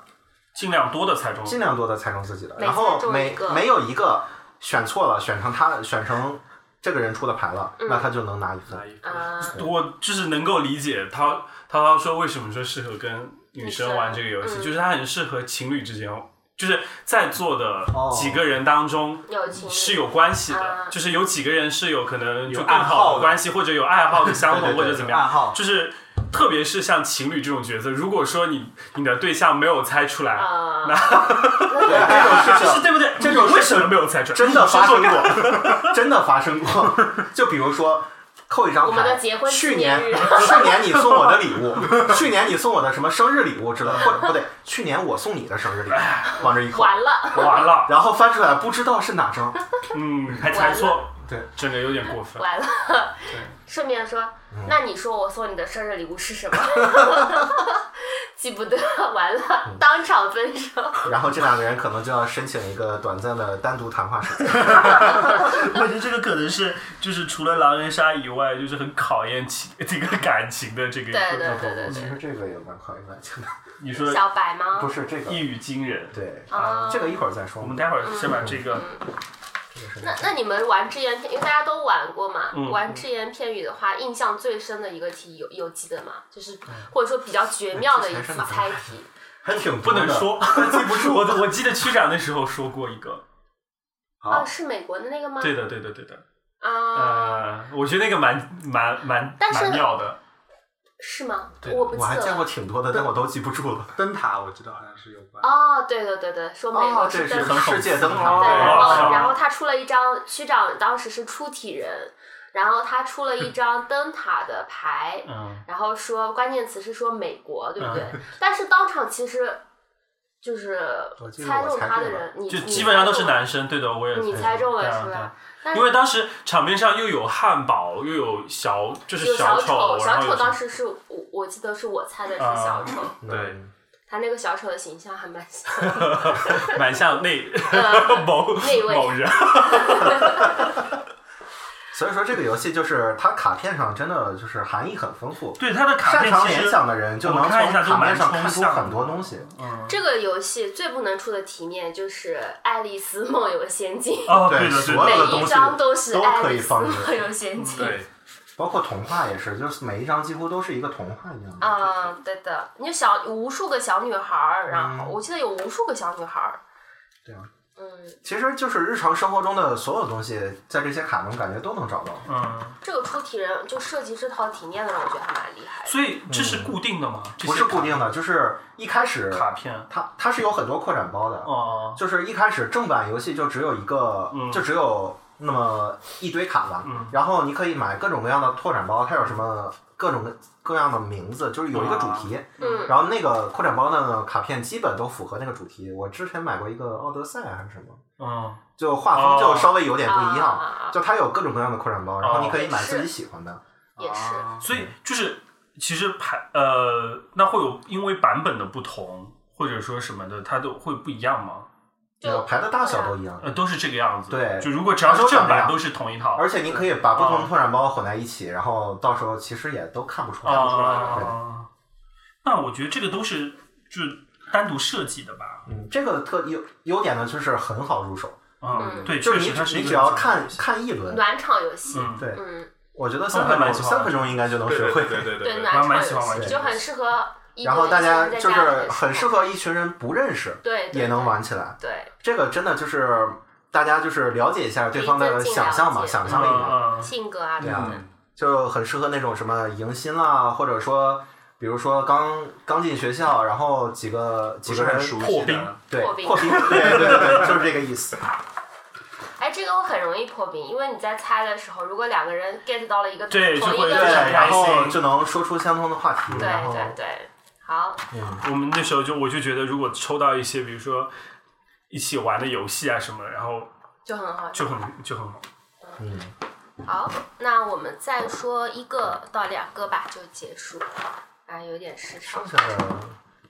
S4: 尽量多的猜中。
S3: 尽量多的猜中自己的，
S1: 每
S3: 然
S1: 猜
S3: 后
S1: 中
S3: 每
S1: 一个
S3: 没有一个选错了，选成他选成这个人出的牌了，
S1: 嗯
S3: 那他就能拿一分。
S4: 哎
S1: 啊，
S4: 我就是能够理解涛涛涛说为什么说适合跟女生玩这个游戏，
S1: 嗯
S4: 就是它很适合情侣之间，就是在座的
S3: 哦
S4: 几个人当中。
S1: 有情
S4: 是
S1: 侣
S4: 有关系的
S1: 啊，
S4: 就是有几个人是有可能就
S5: 有
S4: 更
S5: 爱好
S4: 好
S5: 的
S4: 关系，或者有爱好的 相
S3: 对
S4: 同，
S3: 对
S4: 或
S3: 对
S4: 者
S3: 对
S4: 怎么
S5: 暗
S4: 样，
S5: 号
S4: 就是特别是像情侣这种角色，如果说你你的对象没有猜出来，
S1: 啊，
S3: 对，这种事
S4: 这是
S3: 情
S4: 对不对？
S3: 这种
S4: 你为什么没有猜出来？
S3: 真的发生
S4: 你说说看
S3: 过， 真的发生过。 就比如说，扣一张
S1: 我们
S3: 牌
S1: 的结婚，
S3: 去
S1: 纪
S3: 年
S1: 念日
S3: 去年你送我的礼物， 去年你送我的什么生日礼物之类的，或者不对，去年我送你的生日礼物，往这一扣，
S1: 完了，
S4: 完了，
S3: 然后翻出来不知道是哪张。
S4: 嗯，还猜
S1: 完
S4: 错，
S3: 对，
S4: 整个有点过分。
S1: 完了。
S4: 对，
S1: 顺便说，那你说我送你的生日礼物是 什么？记不得，完了，当场分手。
S3: 然后这两个人可能就要申请一个短暂的单独谈话时间。
S4: 我觉得这个可能是就是除了狼人杀以外，就是很考验情这个感情的这个。
S1: 对对对对对，
S3: 哦实这个也蛮快蛮简单，
S4: 你说
S1: 小白吗？
S3: 不是这个
S4: 一，语惊人。
S3: 对，
S1: 啊，
S3: 这个一会儿再说
S4: 我。们待会儿先
S1: 嗯
S4: 把这个，
S1: 那那你们玩只言片，因为大家都玩过嘛，
S4: 嗯
S1: 玩只言片语的话，印象最深的一个题有有记得吗？就是或者说比较绝妙的一次猜题，
S3: 还挺
S4: 不
S3: 多的
S4: 能， 说，记不住。我我记得区长那时候说过一个，
S1: 啊，是美国的那个吗？
S4: 对的对的对的，
S1: 啊，
S4: 呃，我觉得那个蛮蛮蛮
S1: 但是
S4: 蛮妙的，
S1: 是吗？
S4: 对
S1: 我不
S3: 我还
S1: 记
S3: 见
S1: 得
S3: 过
S1: 了。
S3: 挺多的，但我都记不住了。
S5: 灯塔我知道好像是有关。
S1: 哦，对对对对，说美国
S3: 这
S1: 灯
S3: 哦是
S1: 塔
S3: 世界灯
S1: 对，
S4: 哦
S1: 然
S3: 塔。
S4: 是吗
S1: 后然后他出了一张区长当时是出题人，然后他出了一张灯塔的牌，
S4: 嗯，
S1: 然后说关键词是说美国，对不对？
S4: 嗯
S1: 但是当场其实就是
S3: 我记得
S1: 猜
S3: 我
S1: 中
S3: 猜
S1: 他的
S3: 对了
S1: 人，你
S4: 就
S1: 你
S4: 基本上
S1: 猜
S4: 都是
S1: 中了
S4: 男生。对的，我也
S1: 你猜中了是？
S4: 对啊对啊
S1: 吧？但
S4: 因为当时场面上又有汉堡，又有小，就是
S1: 有小
S4: 丑，然
S1: 小
S4: 后有
S1: 丑当时是我我记得是我猜的是小
S4: 啊
S1: 丑，
S4: 对，
S1: 他那个小丑的形象还蛮像。
S4: 蛮像那
S1: 呃
S4: 某
S1: 那位
S4: 某人，
S3: 所以说这个游戏就是它卡片上真的就是含义很丰富，
S4: 对他的卡
S3: 擅
S4: 片
S3: 长
S4: 其
S3: 联
S4: 实
S3: 想的人就能
S4: 我看一
S3: 从
S4: 下
S3: 卡
S4: 都蛮
S3: 片上看出
S4: 抽象的
S3: 很多东西。
S1: 这个游戏最不能出的题面就是《爱丽丝梦游仙境》。
S4: 哦，
S3: 对
S4: 对的，对
S3: 所有
S1: 每
S3: 的
S4: 的，
S3: 东
S1: 一
S3: 西
S1: 张都是
S3: 都
S1: 爱
S3: 可以
S1: 丽丝
S3: 放进去
S1: 梦游仙境。
S5: 对，
S3: 包括童话也是，就是每一张几乎都是一个童话一样的。
S1: 嗯，对的，你就小无数个小女孩儿，然后我记得有无数个小女孩儿，
S3: 嗯对啊，
S1: 嗯，
S3: 其实就是日常生活中的所有东西，在这些卡中感觉都能找到。
S4: 嗯，
S1: 这个出题人就设计这套题面的人，我觉得还蛮厉害的。
S4: 所以这是固定的吗？这些
S3: 嗯不是固定的，就是一开始
S4: 卡卡片。
S3: 它它是有很多扩展包的，
S4: 哦，
S3: 就是一开始正版游戏就只有一个，
S4: 嗯
S3: 就只有那么一堆卡吧。
S4: 嗯
S3: 然后你可以买各种各样的拓展包，它有什么各种各样的名字，就是有一个主题。
S1: 嗯
S3: 然后那个扩展包的卡片基本都符合那个主题。我之前买过一个《奥德赛》还是什么，
S4: 嗯
S3: 就画风就
S4: 哦
S3: 稍微有点不一样，
S1: 啊啊啊
S3: 就它有各种各样的扩展包，然后你可以买
S1: 是
S3: 自己喜欢的。
S1: 也是，
S3: 啊
S5: 啊
S4: 所
S3: 嗯
S4: 以就是其实排呃，那会有因为版本的不同或者说什么的，它都会不一样吗？
S1: 就
S3: 牌的大小都一样，
S4: 呃，都是这个样子。
S3: 对
S4: 就如果只要是
S3: 都长
S4: 正
S3: 这
S4: 版，
S3: 样
S4: 都是同一套。
S3: 而且你可以把不同的拓展包混在一起，然后到时候其实也都看不出来。
S4: 嗯
S3: 对
S4: 啊，那我觉得这个都是就是单独设计的吧。
S3: 嗯，这个特优优点呢，就是很好入手，
S4: 嗯，对，
S3: 就
S4: 确
S3: 是
S4: 实
S3: 你
S4: 它是一
S3: 你
S4: 个
S3: 只要
S4: 很
S3: 看看一轮，
S1: 啊暖场游戏。
S4: 嗯
S3: 对，
S1: 嗯，
S3: 我觉得三
S4: 哦
S3: 分
S4: 还蛮
S3: 钟
S4: 喜欢
S3: 三分钟应该就能
S5: 对
S3: 学
S5: 对
S3: 会
S5: 对。对对
S1: 对，
S5: 对
S1: 暖
S4: 我还
S1: 场
S4: 蛮
S1: 游
S4: 喜欢玩
S1: 戏
S4: 这
S1: 就
S4: 个
S1: 很适合一
S3: 然后大家
S1: 个人在
S3: 就
S1: 家里
S3: 是
S1: 的
S3: 很
S1: 时
S3: 适
S1: 候，
S3: 合一群人不认识
S1: 对，对
S3: 也能。玩起来，
S1: 对，
S3: 这个真的就是大家就是了解一下对方的想象嘛，
S1: 可以增进了解
S3: 想象力嘛，
S4: 嗯嗯
S1: 性格啊等
S3: 对啊
S1: 等。
S3: 就很适合那种什么迎新啦，或者说比如说刚刚进学校，然后几个几
S5: 不
S3: 个
S5: 是
S3: 人
S5: 很熟
S4: 破
S5: 悉
S4: 冰
S5: 的，
S3: 对
S1: 破冰
S3: 破冰，对对对对，就是这个 意思。
S1: 哎，这个我很容易破冰，因为你在猜的时候，如果两个人 get 到了一个同
S4: 对
S1: 一个
S4: 就会
S3: 对，
S4: 就很
S1: 对
S4: 开
S3: 然
S4: 心
S3: 后就能说出相同的话题，然后
S1: 对对，好，
S4: 嗯我们那时候就我就觉得，如果抽到一些比如说一起玩的游戏啊什么，然后
S1: 就很好。
S4: 就很就很好。
S3: 嗯。
S1: 好，那我们再说一个到两个吧，就结束。啊，有点时长
S3: 剩。下的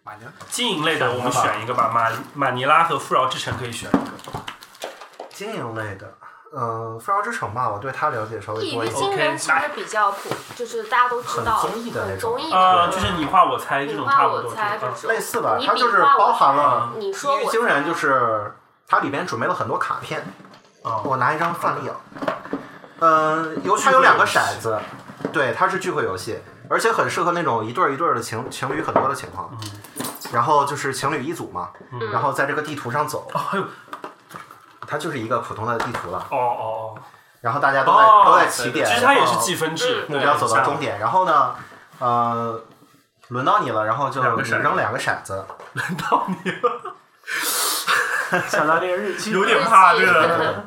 S5: 马娘
S4: 经营类的我们选一个吧，马马尼拉和富饶之城可以选一个。
S3: 经营类的，呃，《富饶之城》吧，我对它了解稍微
S1: 异
S3: 多
S1: 于
S3: 一点。
S1: 惊人其实比较普，就是大家都知道，
S3: 很综艺的那
S1: 很
S3: 种
S1: 综艺
S4: 啊，
S1: 的，
S4: 就是你画我猜这
S1: 你
S4: 种
S1: 画
S4: 差不
S1: 我
S4: 多。
S1: 猜这
S4: 嗯
S1: 种
S3: 类似吧
S1: 你，
S3: 它
S1: 比
S3: 就是
S1: 划我
S3: 包含
S1: 猜
S3: 了
S1: 你说
S3: 异于
S1: 我
S3: 惊人，
S1: 猜
S3: 就是它里边准备了很多卡片。
S4: 哦
S3: 我拿一张范例啊，嗯、有它有两个骰子，对，它是聚会游戏，而且很适合那种一对儿一对儿的情情侣很多的情况。
S4: 嗯
S3: 然后就是情侣一组嘛，然后在这个地图上走，
S4: 哎呦，
S3: 它就是一个普通的地图了。
S4: 哦哦
S3: 然后大家
S4: 哦，
S3: 都在、
S4: 哦，
S3: 都在起点，哦
S4: 其实它也是
S3: 然后
S4: 计分制，
S3: 目标走到终
S4: 点。
S3: 点，然后呢，呃，轮到你了，然后就
S4: 两
S3: 你
S4: 个骰子
S3: 扔两个骰 子，
S4: 轮到你了，
S6: 想到这个日期，
S4: 有点怕这个。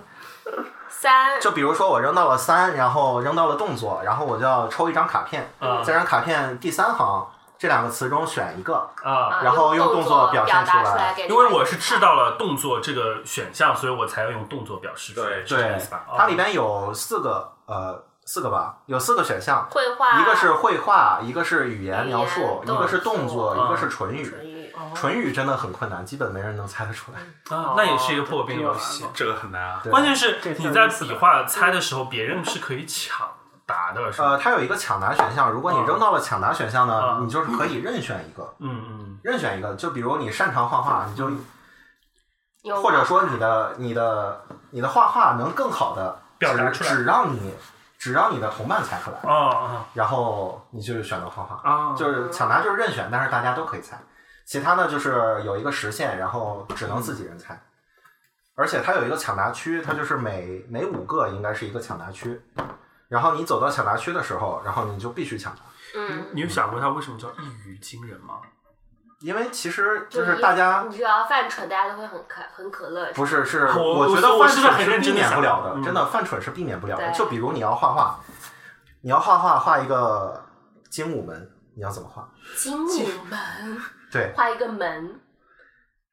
S1: 三，
S3: 就比如说我扔到了三，然后扔到了动作，然后我就要抽一张卡片，
S4: 嗯
S3: 在这张卡片第三行这两个词中选一个，
S4: 啊，
S1: 啊
S3: 然
S1: 用
S3: 后用动
S1: 作
S3: 作表
S1: 达
S3: 现出
S1: 出
S3: 来
S1: 给
S4: 因为
S1: 另外
S4: 我
S1: 一
S4: 是
S1: 个
S4: 知道了动作这个选项，所以我才要用动作表示出来，
S5: 对
S4: 是这个
S3: 对
S4: 意思吧？，
S3: 它里边有四个呃四个吧，有四个选项。
S1: 绘画，
S3: 一个是绘画，一个是语言
S1: 语
S3: 描
S1: 言
S3: 述，一
S1: 动
S3: 个是动
S1: 作
S3: 作，一个是唇语。
S1: 唇语，
S3: 唇语真的很困难，基本没人能猜得出来。
S4: 啊，那也是一个破冰游戏。
S5: 这个很难啊。
S3: 对
S4: 关键是
S6: 这次
S4: 你在比划猜的时候，别人是可以抢答的，是吧？
S3: 呃，它有一个抢答选项，如果你扔到了抢答选项呢，
S4: 嗯
S3: 你就是可以任选一个，
S4: 嗯
S3: 任选一个，就比如你擅长画画，你就
S1: 有
S3: 或者说你的你的你的画画能更好的
S4: 表达出来
S3: 只让你只让你的同伴猜出来
S4: 嗯，，哦
S3: 然后你就选择画
S4: 哦
S3: 画，
S1: 嗯
S4: 啊，
S3: 就是抢答就是任选，但是大家都可以猜。其他呢就是有一个时限，然后只能自己人猜，而且它有一个抢答区，它就是每每五个应该是一个抢答区，然后你走到抢答区的时候，然后你就必须抢答。
S1: 嗯，
S4: 你有想过它为什么叫一语惊人吗？
S3: 因为其实就
S1: 因
S3: 是
S1: 为
S3: 大家
S1: 你知道犯蠢，大家都会很可很可乐，
S3: 不是是，
S4: 我
S3: 我觉
S4: 我
S3: 得
S4: 我
S3: 犯
S4: 是在很
S3: 蠢是
S4: 认
S3: 避
S4: 真地
S3: 免
S4: 想
S3: 不了的
S4: 嗯，
S3: 真的犯蠢是避免不了的。
S1: 对
S3: 就比如你要画画，你要画画画一个精武门，你要怎么画？
S1: 精武门
S3: 对，
S1: 画一个门，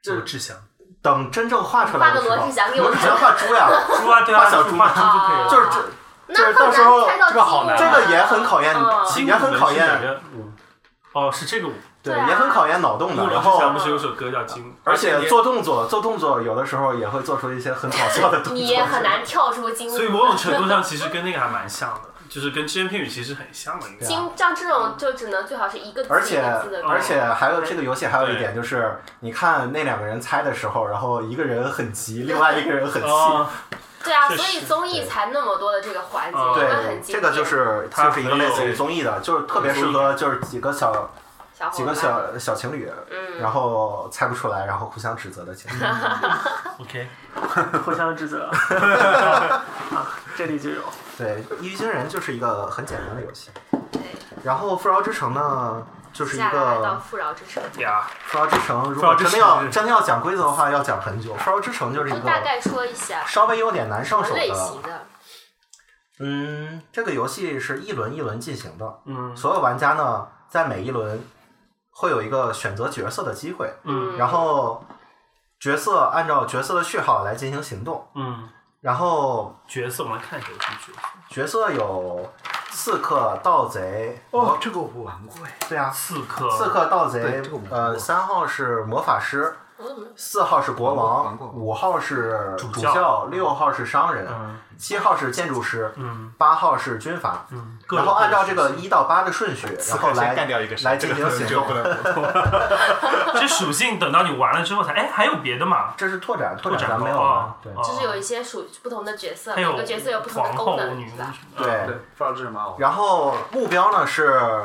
S4: 罗志祥，
S3: 等真正画出来的时候，
S1: 画个罗志祥给我哦
S3: 罗志祥画 猪呀，
S4: 猪啊，对啊，
S3: 画小猪
S4: 画
S3: 嘛
S4: 猪就可以了。
S3: 就是这。就是
S1: 那
S3: 到时候
S1: 很难猜到
S4: 这个好难
S1: 精
S3: 这
S1: 武
S3: 个
S1: 门
S3: 也很考验
S1: 嗯，
S4: 金
S3: 啊也很考
S4: 武门是哪
S3: 验，
S4: 个舞哦，是这个舞。
S3: 对，
S1: 对啊
S3: 也很考验脑洞的。
S4: 罗
S3: 然
S4: 志祥
S3: 后
S4: 不，是有首歌叫《金》，
S3: 而且做动作，做动作有的时候也会做出一些很搞笑的动
S1: 你也
S3: 作。
S1: 很难跳出精武
S4: 所以某种程度上其实跟那个还蛮像的，就是跟只言片语其实很像的一个。
S1: 精像这种就只能最好是一个字
S3: 啊而
S1: 一
S3: 且
S1: 个
S4: 嗯
S1: 字的
S3: 而且还有这个游戏还有一点就是，你看那两个人猜的时候，然后一个人很急，另外一个人很气，
S4: 哦，
S1: 对啊，
S4: 确嗯
S1: 所以综艺才那么多的这个环节，因为
S3: 对
S1: 很，经
S3: 这
S1: 典。
S3: 个就是
S4: 它
S3: 就是一个类似
S4: 很
S3: 于
S4: 有
S1: 哦
S3: 综艺的，就是特别适合就是几个小
S1: 小嗯
S3: 几
S1: 伙
S3: 个
S1: 伴，
S3: 小小情侣，然后猜不出来，然后互相指责的情侣。
S4: OK，
S6: 互相 指责啊，这里就有。
S3: 对，《一语惊人》就是一个很简单的游戏。然后《富饶之城》呢，就是一
S1: 下来到
S3: 个
S1: 富饶之城，
S4: 呀、
S3: 《富饶之城》，如
S4: 富饶
S3: 果
S4: 之
S3: 真的
S4: 城
S3: 要真的要讲规则的话，要讲很久。《富饶之城》就是
S1: 就
S3: 一个
S1: 大概说一下
S3: 稍微有点难
S1: 什
S3: 上
S1: 么
S3: 手
S1: 类
S3: 的
S1: 型，的，
S3: 嗯，这个游戏是一轮一轮进行的，
S4: 嗯
S3: 所有玩家呢在每一轮会有一个选择角色的机会，
S4: 嗯
S3: 然后角色按照角色的序号来进行行动，
S4: 嗯，
S3: 然后
S4: 角色我们来看一下有什么角色。
S3: 角色有刺客、盗贼，
S5: 哦，这个我玩过哎，
S3: 对啊，
S4: 刺客，
S3: 刺客、盗贼
S5: 对这个我们，玩
S3: 呃，
S5: 过
S3: 三号是魔法师，
S1: 我怎么
S3: 四号是国
S5: 玩
S3: 王
S5: 过玩，过
S3: 五号是主
S4: 主
S3: 教
S4: 教，
S3: 六号是商人，
S4: 嗯
S3: 七号是建筑师，
S4: 嗯
S3: 八号是军阀。
S4: 嗯，各
S3: 然
S4: 种
S3: 后按照这
S4: 各
S3: 个
S4: 种
S3: 一到八的顺序，然后来
S5: 干掉一个谁
S3: 来进行行
S5: 这个
S3: 动
S5: 不。能
S4: 这属性等到你完了之后才，哎，还有别的嘛？
S3: 这是拓展，拓
S4: 拓
S3: 展
S4: 展
S3: 咱没有
S4: 啊
S3: 了，，对
S4: 哦
S1: 就是有一些属不同的角色，
S4: 还
S1: 每
S4: 有
S1: 个角色有不同的
S4: 皇
S1: 功
S4: 后、
S1: 能，
S4: 女
S1: 是
S4: 巫
S1: 吧？
S3: 对
S5: 对，不知道这是什么啊？
S3: 然后目标呢是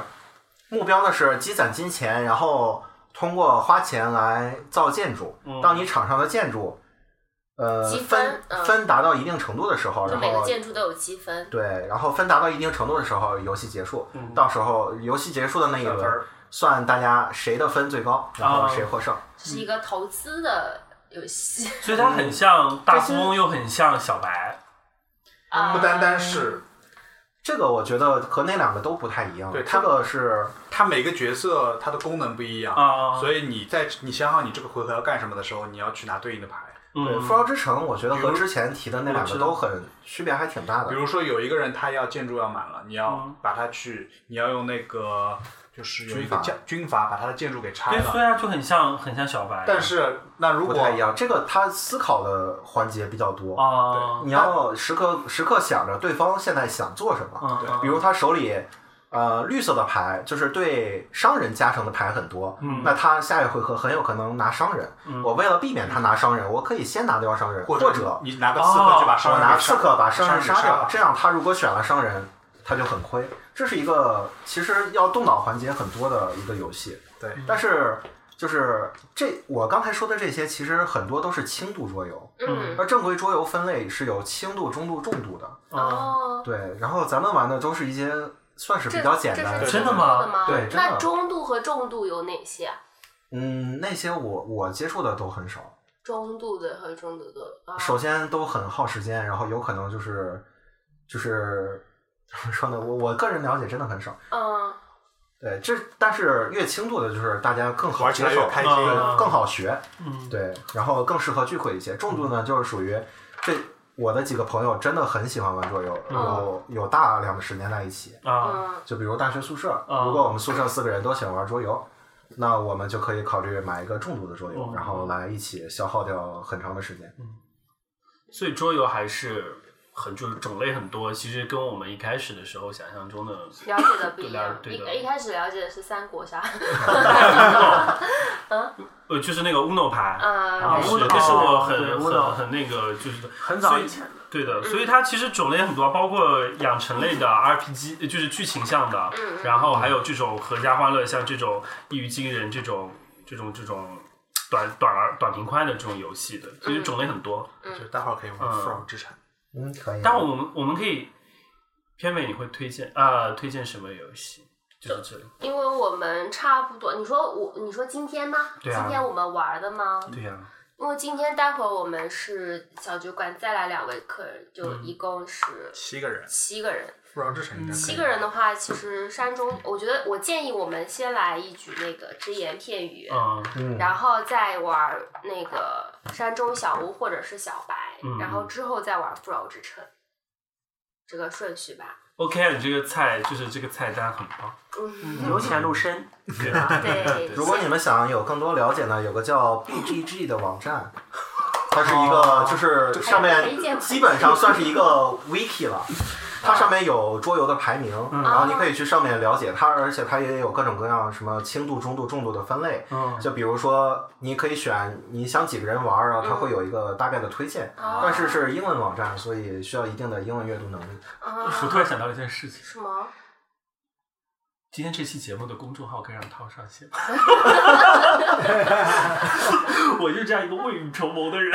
S3: 目标呢是积攒金钱，然后通过花钱来造建筑。
S4: 嗯
S3: 当你场上的建筑，呃，
S1: 积
S3: 分
S1: 分嗯
S3: 分达到一定程度的时候，
S1: 就
S3: 然
S1: 每个
S3: 后
S1: 建筑都有积分，
S3: 对，然后分达到一定程度的时候，游戏结束。到时候游戏结束的那
S4: 嗯
S3: 一
S4: 算分
S3: 轮
S4: 儿，
S3: 算大家谁的分最高，然后
S4: 哦
S3: 谁获胜。
S1: 这是一个投资的游戏
S4: 所以它很像大富翁，又很像小白。
S1: 啊，
S5: 不单单是
S3: 这个我觉得和那两个都不太一样。
S5: 对
S3: 这个是
S5: 它每个角色它的功能不一样，
S4: 啊
S5: 所以你在你想好你这个回合要干什么的时候，你要去拿对应的牌。
S3: 对《
S4: 嗯
S3: 富饶之城》，我觉得
S5: 比
S3: 和
S5: 如
S3: 之前提的那两个都很区别还挺大的
S5: 比。如说有一个人他要建筑要满了，你要
S4: 嗯
S5: 把它去，你要用那个就是有一个
S3: 军阀
S5: 将军阀把他的建筑给拆
S4: 对，所以
S5: 了。
S4: 它就很像很像小白。
S5: 但是那如
S3: 不
S5: 果
S3: 太一样，这个他思考的环节比较
S5: 哦
S3: 多，
S4: 啊，
S3: 你要时刻时刻想着对方现在想做什么。
S4: 嗯嗯
S3: 比如他手里呃绿色的牌，就是对商人加成的牌很多，
S5: 嗯
S3: 那他下一回合很有可能拿商人。我为了避免他拿商人，我可以先拿掉商人，或
S5: 或者你拿个刺客就把商
S3: 我
S5: 人
S3: 拿
S5: 给
S3: 刺客把商人
S5: 杀
S3: 杀掉
S5: 了，
S3: 这样他如果选了商人，他就很亏。这是一个其实要动脑环节很多的一个游戏，
S5: 对，
S3: 但是就是这我刚才说的这些，其实很多都是轻度桌游，
S1: 嗯
S3: 而正规桌游分类是有轻度、中度、重度的。
S4: 嗯
S1: 哦，
S3: 对，然后咱们玩的都是一些算是
S1: 这
S3: 比较简单
S1: 这
S3: 的，
S1: 是
S4: 真的
S1: 中
S4: 吗
S1: 度吗？
S3: 对真的
S1: 那中度和重度有哪些啊？
S3: 嗯，那些我我接触的都很少。
S1: 中度的和中度的，啊
S3: 首先都很耗时间，然后有可能就是就是 怎么说呢？我我个人了解真的很少。
S1: 嗯，
S3: 对，这但是越轻度的，就是大家更好
S5: 玩起
S3: 接
S5: 来
S3: 受
S5: 越，开心。啊
S4: 嗯
S3: 更好学，
S4: 嗯
S3: 对，然后更适合聚会一些。重度呢，就是属于这我的几个朋友真的很喜欢玩桌游，
S4: 嗯
S3: 有有大量的时间在一起。
S4: 啊，
S1: 嗯，
S3: 就比如大学宿舍，
S4: 嗯
S3: 如果我们宿舍四个人都喜欢玩桌游，那我们就可以考虑买一个重度的桌游，
S4: 嗯
S3: 然后来一起消耗掉很长的时间。
S4: 所以桌游还是很就是种类很多，其实跟我们一开始的时候想象中的
S1: 了解的不一样。
S4: 对
S1: 一
S4: 的
S1: 一开始了解的是三国杀，
S4: 呃，就是那个 Uno 牌。
S1: 啊，
S4: 啊，
S1: 对
S4: 是，
S6: Uno
S4: 这是我
S6: 对
S4: 很
S6: ，Uno
S4: 很很那个，就是
S6: 很早
S4: 所以
S6: 以前的
S4: 对的，所以它其实种类很多，包括养成类的 RPG，呃就是剧情向的，
S1: 嗯
S4: 然后还有这种合家欢乐，像这种一语惊人这种这种这种短短而短平快的这种游戏的，其实种类很多。
S5: 就待会儿可以玩《
S4: 嗯
S5: 富饶之城
S3: 嗯，可以。
S4: 但我们我们可以片尾你会推荐啊、推荐什么游戏？就是这里，
S1: 因为我们差不多，你说我，你说今天吗？
S4: 对啊
S1: 今天我们玩的吗？
S4: 对呀、
S1: 因为今天待会儿我们是小酒馆再来两位客人，就一共是》，
S5: 七个人，《
S1: 七个人。
S5: 富饶之城》应该可以
S1: 七个人的话，其实山中，我觉得我建议我们先来一局那个只言片语，
S4: 嗯
S1: 然后再玩那个山中小屋或者是小白，
S4: 嗯
S1: 然后之后再玩富饶之城，这个顺序吧。
S4: ，OK，你这啊个菜就是这个菜单很 棒，
S1: 嗯，
S6: 由浅入深，
S4: 对啊，
S1: 对。
S3: 如果你们想有更多了解呢，有个叫 BGG 的网站，它是一个
S6: 哦
S3: 就是上
S1: 没见
S3: 面
S1: 过
S3: 基本上算是一个 wiki 了，它上面有桌游的排名，然后你可以去上面了解它，而且它也有各种各样什么轻度、中度、重度的分类。就比如说，你可以选你想几个人玩儿啊，它会有一个大概的推荐，
S1: 哦
S3: 但是是英文网站，所
S4: 嗯
S3: 以需要一定的英文阅读能力。
S1: 啊，
S4: 我突然想到了一件事情，
S1: 什么？
S4: 今天这期节目的公众号可以让涛上线， 我就这样一个未雨绸缪的人，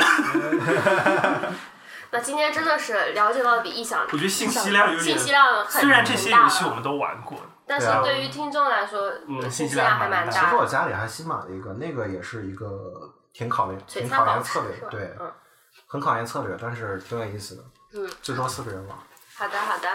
S1: 那今天真的是了解到比意想，
S4: 我觉得信息量有点
S1: 信息量很
S4: 虽然这
S1: 很
S4: 些
S1: 大
S4: 游戏
S1: 了
S4: 我们都玩过，
S1: 但是
S3: 对啊
S1: 对于听众来说，
S4: 嗯
S1: 信
S4: 信
S1: 息
S4: 息
S1: 量
S4: 量
S1: 还
S4: 还
S1: 蛮
S4: 蛮
S3: 其
S1: 大
S3: 实我
S1: 的。
S3: 家里还新买了一个，那个也是一个挺考验、
S1: 璀
S3: 挺
S1: 璨
S3: 考
S1: 宝
S3: 验
S1: 石
S3: 策略
S1: 是吧
S3: 的，？对，
S1: 嗯，
S3: 很考验策略，但是挺有意思的。
S1: 嗯，
S3: 最多四个人玩。
S1: 好的好的。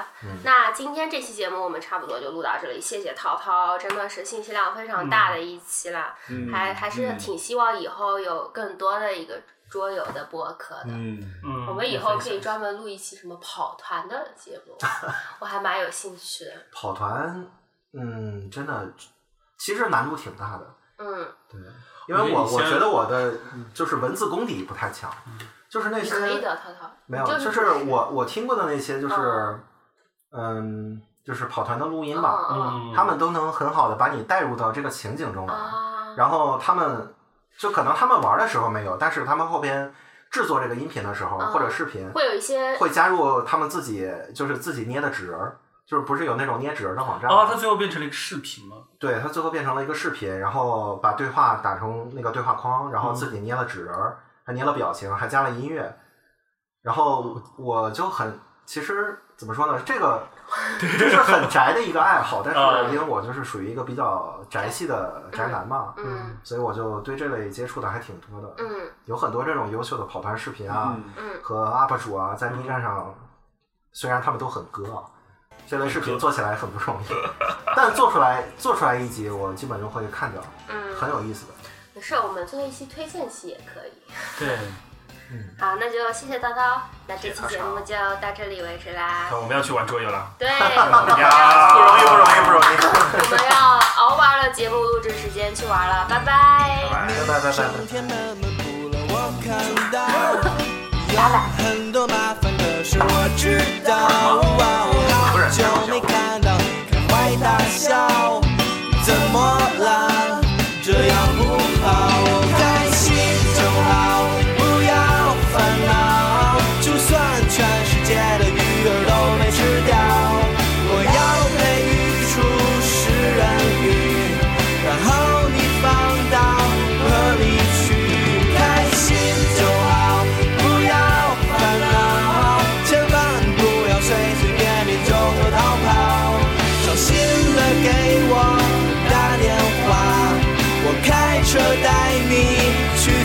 S1: 那今天这期节目我们差不多就录到这里，谢谢涛涛，真的是信息量非常大的一期啦，
S5: 嗯
S1: 还还是挺希望以后有更多的一个桌游的播客的。
S5: 嗯，
S4: 嗯，
S1: 我们以后可以专门录一期什么跑团的节 目，我还蛮有兴趣的。
S3: 跑团，嗯，真的，其实难度挺大的，
S1: 嗯，
S3: 因为我
S4: 我觉得你
S3: 我
S4: 先嗯
S3: 觉得我的就是文字功底不太强，就是那
S1: 你
S3: 些
S1: 可以的，涛涛。
S3: 没有，
S1: 就
S3: 就是是我我听过的那些，就是
S1: 嗯
S3: 嗯，就是跑团的录音吧，
S1: 嗯
S4: 嗯，
S3: 他们都能很好的把你带入到这个情景中
S1: 嗯
S3: 来，
S1: 啊，
S3: 然后他们就可能他们玩的时候没有，但是他们后边制作这个音频的时候
S1: 嗯
S3: 或者视频
S1: 会有一些
S3: 会加入他们自己就是自己捏的纸人，就是不是有那种捏纸人的网站吗
S4: 哦，它最后变成了一个视频嘛，
S3: 对，它最后变成了一个视频，然后把对话打成那个对话框，然后自己捏了纸人儿，还捏了表情，还加了音乐。然后我就很，其实怎么说呢，这个这是很宅的一个爱好，但
S4: 啊
S3: 是因为我就是属于一个比较宅系的宅男嘛，
S1: 嗯
S3: 所以我就对这类接触的还挺多的，
S1: 嗯
S3: 有很多这种优秀的跑团视频啊，
S1: 嗯
S3: 和 UP 主啊，在 B 站上，虽然他们都很割啊，这类视频做起来很不容易，但做出来做出来一集，我基本就会看掉，
S1: 嗯，
S3: 很有意思的。
S1: 没事，我们做一期推荐期也可以。
S4: 对，
S1: 好，那就谢谢叨叨，那这期节目就到这里为止啦
S4: 那。我们要去玩桌游了，
S1: 对，我们
S4: 呀，不容易，不容易，不容易。
S1: 我们要熬完了节目录制时间去玩了，拜拜。
S3: 拜拜拜拜拜拜
S9: 上。天门门不了，我看到有很多麻烦的事，我知道。好久没看到你开怀大笑，怎么了？这样不好，开心就好，不要烦恼。就算全世界的鱼儿都被吃掉，我要被鱼出食人鱼。然后你放到河里去，开心就好，不要烦恼，千万不要随随便便就逃跑，小心的给我打电话，我开车带你去